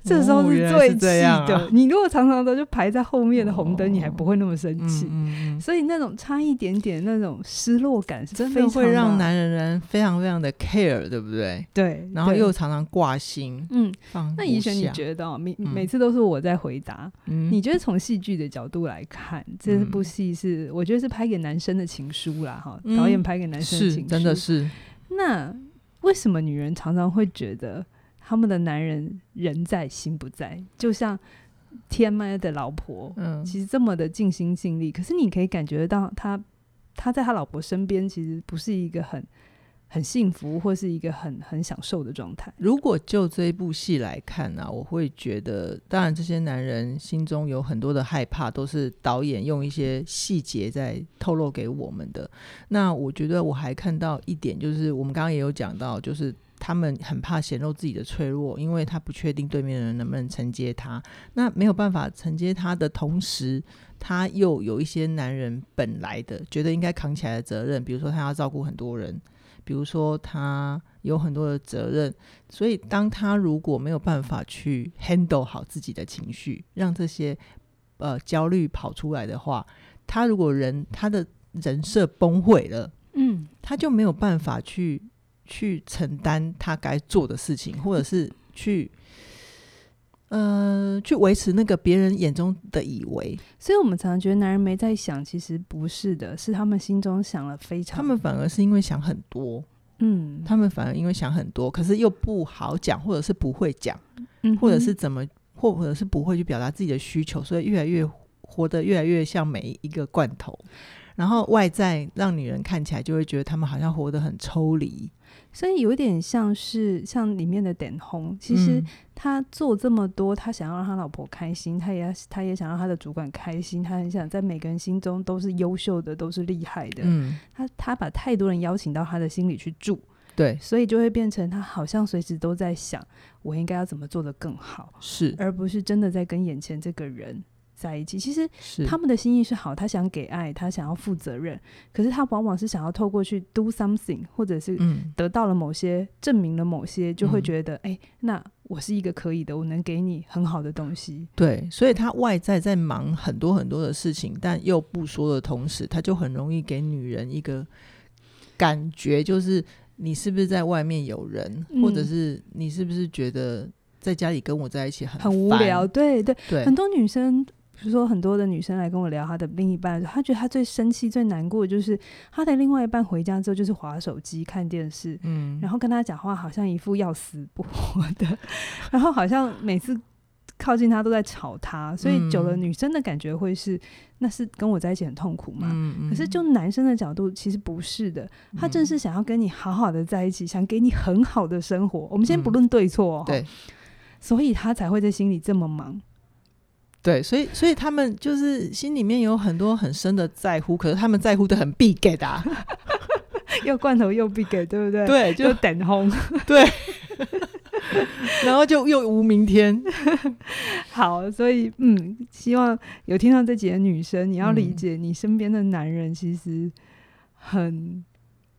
S2: 这时候
S1: 哦
S2: 是
S1: 原来
S2: 最
S1: 是
S2: 气
S1: 这
S2: 的。
S1: 样啊
S2: 你如果常常的就排在后面的红灯，你还
S1: 哦
S2: 不会那么生气。
S1: 嗯嗯嗯
S2: 所以那种差一点点那种失落感是
S1: 真
S2: 非
S1: 的
S2: 常
S1: 会让
S2: 的
S1: 男人非常非常的 care，对不对？
S2: 对，
S1: 然后
S2: 对
S1: 又常常挂心，
S2: 嗯，
S1: 放
S2: 那
S1: 不
S2: 怡璇，你
S1: 下
S2: 觉得、哦、每
S1: 嗯
S2: 每次都是我在回答，
S1: 嗯
S2: 你觉得从戏剧的角度来看，这部戏是我觉得是拍给男生的情书啦，哈、
S1: 嗯
S2: 导演拍给男生的
S1: 是
S2: 情书，
S1: 真的。是
S2: 那为什么女人常常会觉得他们的男人人在心不在？就像天麦的老婆，
S1: 嗯
S2: 其实这么的尽心尽力，可是你可以感觉得到他，他在他老婆身边其实不是一个很很幸福，或是一个很很享受的状态。
S1: 如果就这一部戏来看呢、我会觉得，当然这些男人心中有很多的害怕，都是导演用一些细节在透露给我们的。那我觉得我还看到一点，就是我们刚刚也有讲到，就是。他们很怕显露自己的脆弱，因为他不确定对面的人能不能承接他。那没有办法承接他的同时，他又有一些男人本来的觉得应该扛起来的责任，比如说他要照顾很多人，比如说他有很多的责任，所以，当他如果没有办法去 handle 好自己的情绪，让这些呃焦虑跑出来的话，他如果人他的人设崩溃了，
S2: 嗯，
S1: 他就没有办法去去承担他该做的事情，或者是去呃去维持那个别人眼中的以为，
S2: 所以我们常常觉得男人没在想，其实不是的，是他们心中想了非常，
S1: 他们反而是因为想很多，
S2: 嗯，
S1: 他们反而因为想很多，可是又不好讲，或者是不会讲。
S2: 嗯
S1: 或者是怎么，或或者是不会去表达自己的需求，所以越来越活得越来越像每一个罐头。然后外在让女人看起来就会觉得他们好像活得很抽离。
S2: 哼，所以有点像是像里面的点红，其实
S1: 嗯
S2: 他做这么多，他想要让他老婆开心，他也他也想让他的主管开心，他很想在每个人心中都是优秀的，都是厉害的，
S1: 嗯，
S2: 他他把太多人邀请到他的心里去住，
S1: 对，
S2: 所以就会变成他好像随时都在想，我应该要怎么做得更好，
S1: 是
S2: 而不是真的在跟眼前这个人在一起。其实
S1: 是
S2: 他们的心意是好，他想给爱，他想要负责任，可是他往往是想要透过去 do something，或者是
S1: 嗯
S2: 得到了某些，证明了某些，就会
S1: 嗯
S2: 觉得，哎、那我是一个可以的，我能给你很好的东西。
S1: 对，所以他外在在忙很多很多的事情，但又不说的同时，他就很容易给女人一个感觉，就是你是不是在外面有人，或者
S2: 嗯
S1: 是你是不是觉得在家里跟我在一起很
S2: 很
S1: 很
S2: 无聊。，对对，
S1: 对
S2: 很，多女生，比如说很多的女生来跟我聊她的另一半，她觉得她最生气、最难过的就是她的另外一半回家之后就是划手机、看电视，
S1: 嗯，
S2: 然后跟她讲话好像一副要死不活的， (laughs) 然后好像每次。靠近她都在吵她，所以久了
S1: 嗯
S2: 女生的感觉会是，那是跟我在一起很痛苦嘛。
S1: 嗯
S2: 可是就男生的角度，其实不是的，他正
S1: 嗯
S2: 是想要跟你好好的在一起，想给你很好的生活。我们先不论对错、哦，
S1: 嗯对，
S2: 所以他才会在心里这么忙。
S1: 对，所以所以他们就是心里面有很多很深的在乎，可是他们在乎的很必给的、啊，
S2: (laughs) 又罐头又必给， (laughs) 对不对？，
S1: 对，就
S2: 就等
S1: (laughs)
S2: 轰。
S1: 然后就又无明
S2: (laughs)
S1: 天，
S2: 好，所以嗯，希望有听到这集的女生，你要理
S1: 嗯
S2: 解你身边的男人其实很。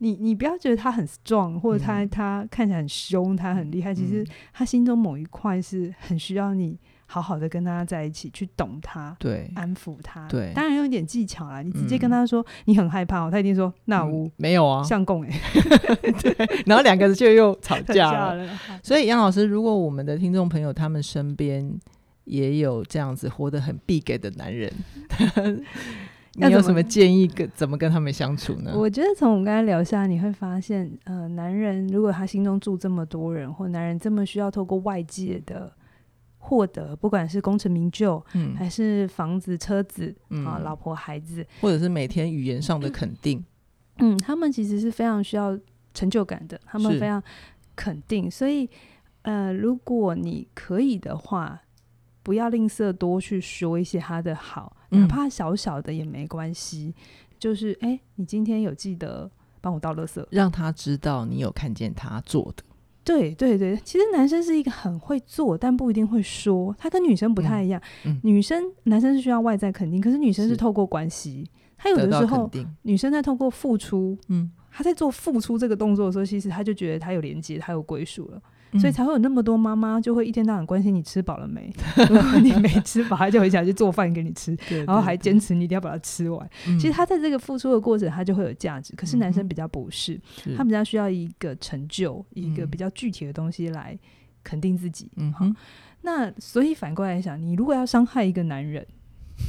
S2: 你你不要觉得他很 strong，或者他、
S1: 嗯
S2: 他看起来很凶，他很厉害，其实
S1: 嗯
S2: 他心中某一块是很需要你好好的跟他在一起，去懂他。
S1: 对，
S2: 安抚他。
S1: 嗯对
S2: 当然有点技巧啦，你直
S1: 嗯
S2: 接跟他说、你很害怕、哦，他一定说 (laughs) 那
S1: 嗯
S2: 无
S1: 没有啊，
S2: 相
S1: (laughs)
S2: 公哎，
S1: 然后两个人就又吵
S2: (laughs) 吵
S1: 架
S2: 架
S1: 了。
S2: 了。
S1: 所以杨老师，如果我们的听众朋友他们身边也有这样子活得很必给的男人， (laughs) 你
S2: 要
S1: 有
S2: 怎
S1: 什
S2: 么
S1: 么建议跟怎么跟他们相处呢？
S2: 我觉得从我们刚才聊下，你会发现，呃，男人如果他心中住这么多人，或男人这么需要透过外界的获得，不管是功成名就，
S1: 嗯
S2: 还是房子、车子
S1: 嗯
S2: 啊、哎老婆、孩子，
S1: 或者是每天语言上的肯定，
S2: 嗯，他们其实是非常需要成就感的，他们
S1: 是
S2: 非常肯定，所以呃，如果你可以的话，不要吝啬多去说一些他的好，哪
S1: 嗯
S2: 怕小小的也没关系。就是哎、你今天有记得帮我倒垃圾？
S1: 让他知道你有看见他做的。
S2: 对对对，其实男生是一个很会做，但不一定会说，他跟女生不太一样。
S1: 嗯嗯
S2: 女生男生是需要外在肯定，可是女生是
S1: 是
S2: 透过关系，他有
S1: 得
S2: 的
S1: 到
S2: 时
S1: 肯
S2: 候
S1: 定，
S2: 女生在透过付出。
S1: 嗯，
S2: 他在做付出这个动作的时候，其实他就觉得他有连接，他有归属了，所
S1: 嗯
S2: 以才会有那么多妈妈就会一天到晚关心你吃饱了没。 (laughs) 如果你没吃饱，他就很想去做饭给你吃，
S1: 对，
S2: 然后
S1: 对
S2: 还坚持你一定要把它吃完。
S1: 嗯
S2: 其实他在这个付出的过程，他就会有价值。可是男
S1: 嗯
S2: 生
S1: 哼
S2: 比较不是，
S1: 是
S2: 他比较需要一个成就，一个
S1: 嗯
S2: 比较具体的东西来肯定自己。
S1: 嗯
S2: 好
S1: 哼，
S2: 那所以反过来想，你如果要伤害一个男人，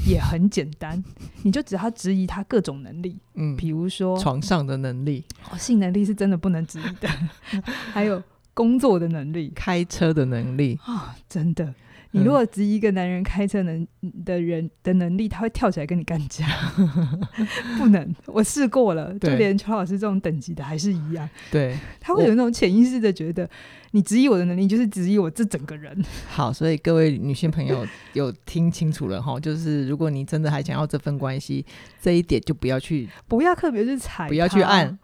S2: 也很简
S1: (laughs)
S2: 单，你就只要质疑他各种能力，
S1: 嗯，
S2: 比如说
S1: 床上的能力，
S2: 哦，性能力是真的不能质疑
S1: (laughs)
S2: 的，还有工作的能力
S1: 开车的能
S2: (laughs)
S1: 力，
S2: 啊、真
S1: 嗯
S2: 的。你如果质疑一个男人开车能的人的能力，他会跳起来跟你干架， (laughs) 不能。我试过了，就
S1: 对
S2: 连邱老师这种等级的还是一样，
S1: 对，
S2: 他会有那种潜意识的觉得，你质疑我的能力就是质疑我这整个人。 (laughs)
S1: 好，所以各位女性朋友有听清楚了哈，就是如果你真的还想要这份关系，这一点就不要去
S2: 不要特别去踩，
S1: 不要去按。，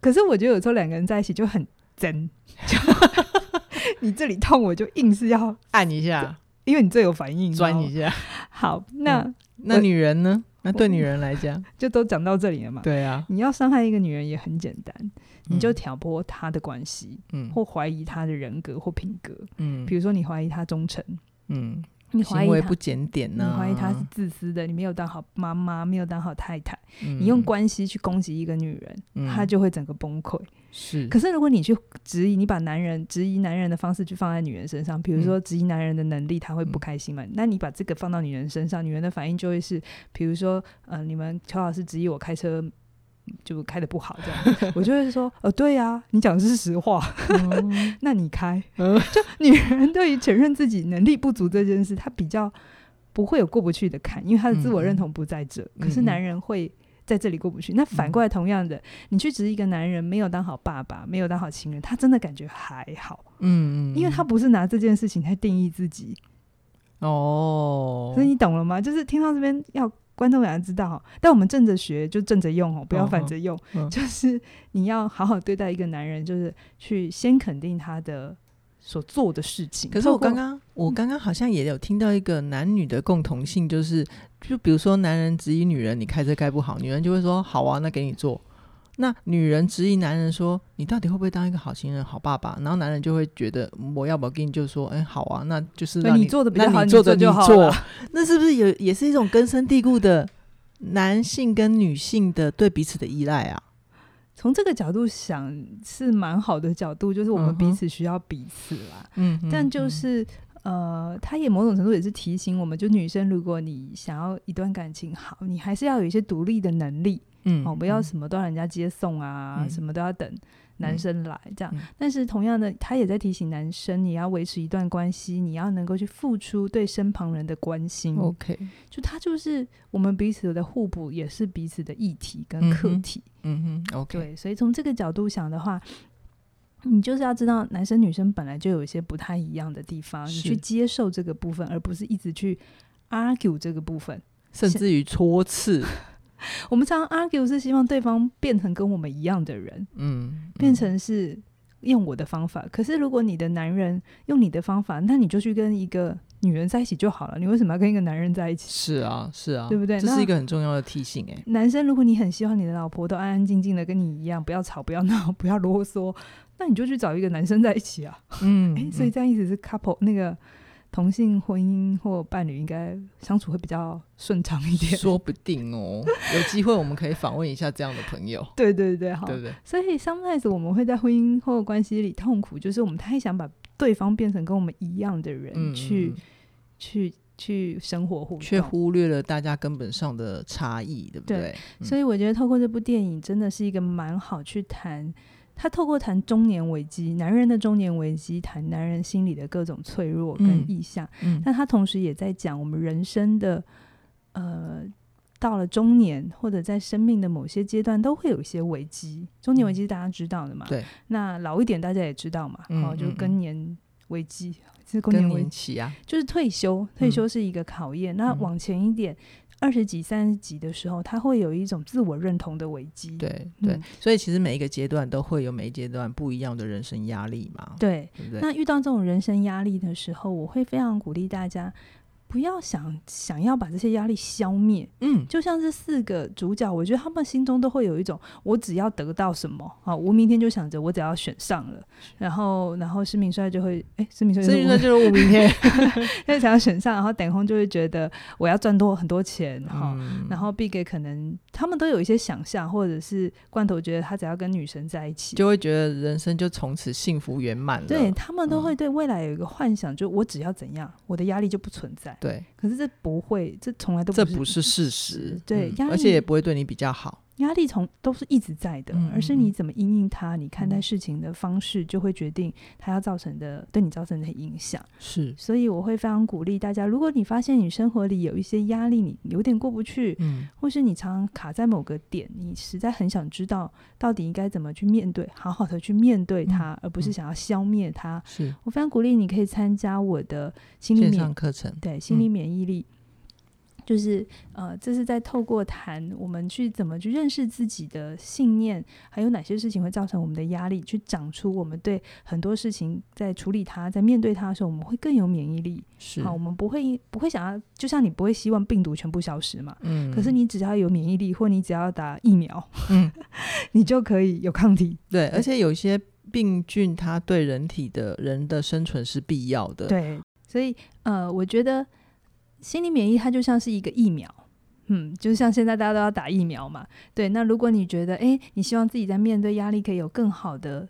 S2: 可是我觉得有时候两个人在一起就很真， (laughs) 就你这里痛我就硬是要，
S1: 按一下，
S2: 因为你最有反应，知道
S1: 钻嗯
S2: 吗
S1: 一下。
S2: 好，那、
S1: 那女人呢？那对女人来
S2: (laughs)
S1: 讲，
S2: 就都讲到这里了嘛。
S1: 对啊，
S2: 你要伤害一个女人也很简单，你就
S1: 嗯
S2: 挑拨她的关系，
S1: 嗯
S2: 或怀疑她的人格或品格。比
S1: 嗯
S2: 如说，你怀疑她忠诚，
S1: 嗯，
S2: 你怀
S1: 行
S2: 疑
S1: 为
S2: 她
S1: 不，检啊点
S2: 你
S1: 呢？
S2: 怀疑她是自私的，你没有当好妈妈，没有当好太太，
S1: 嗯，
S2: 你用关系去攻击一个女人，
S1: 嗯
S2: 她就会整个崩溃。
S1: 是
S2: 可是如果你去质疑，你把男人质疑男人的方式去放在女人身上，比如说质疑男人的能力，他会
S1: 嗯
S2: 不开心嘛？那你把这个放到女人身上，女人的反应就会是，比如说，呃，你们乔老师质疑我开车。就开的不好，这样 (laughs) 我就会说，呃，对呀、你讲的是实话，那你开。
S1: 嗯
S2: (laughs) 就女人对于承认自己能力不足这件事，她比较不会有过不去的坎，因为她的自我认同不在这。可
S1: 嗯
S2: 是
S1: 嗯嗯
S2: 男人会在这里过不去。那反过来，同样的，你去指一个男人没有当好爸爸，没有当好情人，他真的感觉还好，
S1: 嗯，嗯
S2: 因为他不是拿这件事情来定义自己。
S1: 哦
S2: 所以，你懂了吗？就是听到这边要。观众也要知道，但我们正着学就正着用哦，不要反着用。
S1: 嗯嗯
S2: 就是你要好好对待一个男人，就是去先肯定他的所做的事情。
S1: 可是我
S2: 透过
S1: 刚
S2: 嗯
S1: 刚，我刚刚好像也有听到一个男女的共同性，就是就比如说男人质疑女人你开车开不好，女人就会说好啊，那给你做。那女人质疑男人说你到底会不会当一个好情人、好爸爸？然后男人就会觉得嗯我要不要给你就说哎好啊，那就是
S2: 对
S1: 让
S2: 你做得比
S1: 那
S2: 较好
S1: 你
S2: 你
S1: 做
S2: 做
S1: 的
S2: 就好
S1: 做
S2: 了，
S1: 那是不是也也是一种根深蒂固的男性跟女性的对彼此的依赖啊？
S2: 从这个角度想是蛮好的角度，就是我
S1: 嗯
S2: 们
S1: 哼
S2: 彼此需要彼此啦。
S1: 嗯，
S2: 但就是呃，他也某种程度也是提醒我们，就女生，如果你想要一段感情好，你还是要有一些独立的能力
S1: 嗯
S2: 哦，不要什么都让人家接送啊，
S1: 嗯
S2: 什么都要等
S1: 嗯
S2: 男生来这样。
S1: 嗯
S2: 但是同样的，他也在提醒男生，你要维持一段关系，你要能够去付出对身旁人的关心。
S1: OK，
S2: 就他就是我们彼此的互补，也是彼此的议题
S1: 嗯
S2: 跟课
S1: 哼
S2: 题。
S1: 嗯哼，OK，
S2: 对，所以从这个角度想的话，你就是要知道男生女生本来就有一些不太一样的地方，你
S1: 是
S2: 去接受这个部分，而不是一直去 argue 这个部分。
S1: 甚至于戳刺，
S2: 我们常常 argue 是希望对方变成跟我们一样的人，
S1: 嗯，
S2: 变
S1: 嗯
S2: 成是用我的方法。可是如果你的男人用你的方法，那你就去跟一个女人在一起就好了，你为什么要跟一个男人在一起？
S1: 是啊，是啊，
S2: 对不对
S1: 这是
S2: 那
S1: 一个很重要的提
S2: (laughs)
S1: 醒、欸，哎，
S2: 男生，如果你很希望你的老婆都安安静静的跟你一样，不要吵，不要闹，不要啰嗦，那你就去找一个男生在一起啊。
S1: 嗯
S2: 哎、所以这样意思是 couple 那个同性婚姻或伴侣应该相处会比较顺畅一点。
S1: 说不定哦，有机会我们可以访问一下这样的朋友，
S2: 对对对，好
S1: 对。不对？
S2: 所以 sometimes 我们会在婚姻或关系里痛苦，就是我们太想把对方变成跟我们一样的人、
S1: 嗯，
S2: 去
S1: 嗯
S2: 去去生活互
S1: 嗯却
S2: 动。
S1: 忽略了大家根本上的差异，对不
S2: 对
S1: 对？嗯
S2: 所以我觉得透过这部电影，真的是一个蛮好去谈。他透过谈中年危机，男人的中年危机，谈男人心里的各种脆弱
S1: 嗯
S2: 跟意向，
S1: 嗯，
S2: 但他同时也在讲我们人生的，呃，到了中年或者在生命的某些阶段都会有一些危机。中年危机是大家知道的嘛？
S1: 嗯对。
S2: 那老一点大家也知道嘛？
S1: 嗯
S2: 哦，就
S1: 嗯嗯
S2: 更年危机，是更
S1: 更
S2: 年危
S1: 年期啊，
S2: 就是退休，退休是一个考验。那往前一点，二十几、三十几的时候，他会有一种自我认同的危机。
S1: 对对、
S2: 嗯
S1: 所以其实每一个阶段都会有每一阶段不一样的人生压力嘛，
S2: 对，
S1: 对不对？
S2: 那遇到这种人生压力的时候，我会非常鼓励大家，不要想想要把这些压力消灭。
S1: 嗯，
S2: 就像这四个主角，我觉得他们心中都会有一种，我只要得到什么啊，我明天就想着我只要选上了，然后然后施明帅就会，哎，施明帅就
S1: 所以
S2: 会
S1: 那就是我明
S2: (laughs)
S1: 天，
S2: 他想要选上，然后等红就会觉得我要赚多很多钱哈。
S1: 嗯
S2: 然后 Big 可能他们都有一些想象，或者是罐头觉得他只要跟女神在一起，
S1: 就会觉得人生就从此幸福圆满了，
S2: 对他们都
S1: 嗯
S2: 会对未来有一个幻想，就我只要怎样，我的压力就不存在。
S1: 对，
S2: 可是这不会，这从来都
S1: 嗯这
S2: 不
S1: 不
S2: 是
S1: 是事实，
S2: 对
S1: 嗯
S2: 压
S1: 而且
S2: 力
S1: 也不会对你比较好，
S2: 压力从都是一直在的，
S1: 嗯
S2: 而是你怎么因应它，你
S1: 嗯
S2: 看待事情的方式就会决定它要造成的对你造成的影响。
S1: 是，
S2: 所以我会非常鼓励大家，如果你发现你生活里有一些压力，你有点过不去，
S1: 嗯。
S2: 或是你常常卡在某个点，你实在很想知道到底应该怎么去面对，好好的去面对它，而不是
S1: 嗯
S2: 想要消灭它。
S1: 是
S2: 我非常鼓励你可以参加我的心理
S1: 线
S2: 免
S1: 上嗯课程，
S2: 对，心理免疫力，就是呃，这是在透过谈我们去怎么去认识自己的信念，还有哪些事情会造成我们的压力，去长出我们对很多事情在处理它、在面对它的时候，我们会更有免疫力。
S1: 是
S2: 好，我们不会不会想要，就像你不会希望病毒全部消失嘛。
S1: 嗯
S2: 可是你只要有免疫力，或你只要打疫苗，
S1: 嗯，
S2: (laughs) 你就可以有抗体。
S1: 对，而且有一些病菌，它对人体的人的生存是必要的，，
S2: 对，所以呃，我觉得心理免疫它就像是一个疫苗，嗯，就像现在大家都要打疫苗嘛。对，那如果你觉得，诶，你希望自己在面对压力可以有更好的、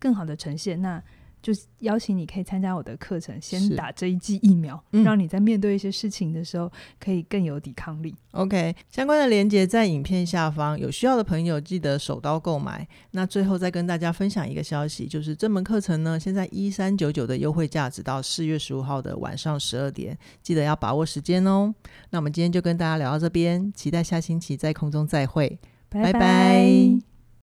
S2: 更好的呈现，那就是邀请你可以参加我的课程，
S1: 是
S2: 先打这一剂疫苗，
S1: 嗯
S2: 让你在面对一些事情的时候可以更有抵抗力。
S1: OK，相关的链接在影片下方，有需要的朋友记得手刀购买。那最后再跟大家分享一个消息，就是这门课程呢，现在一三九九的优惠价，直到四月十五号的晚上十二点，记得要把握时间哦。那我们今天就跟大家聊到这边，期待下星期在空中再会。拜
S2: 拜
S1: 拜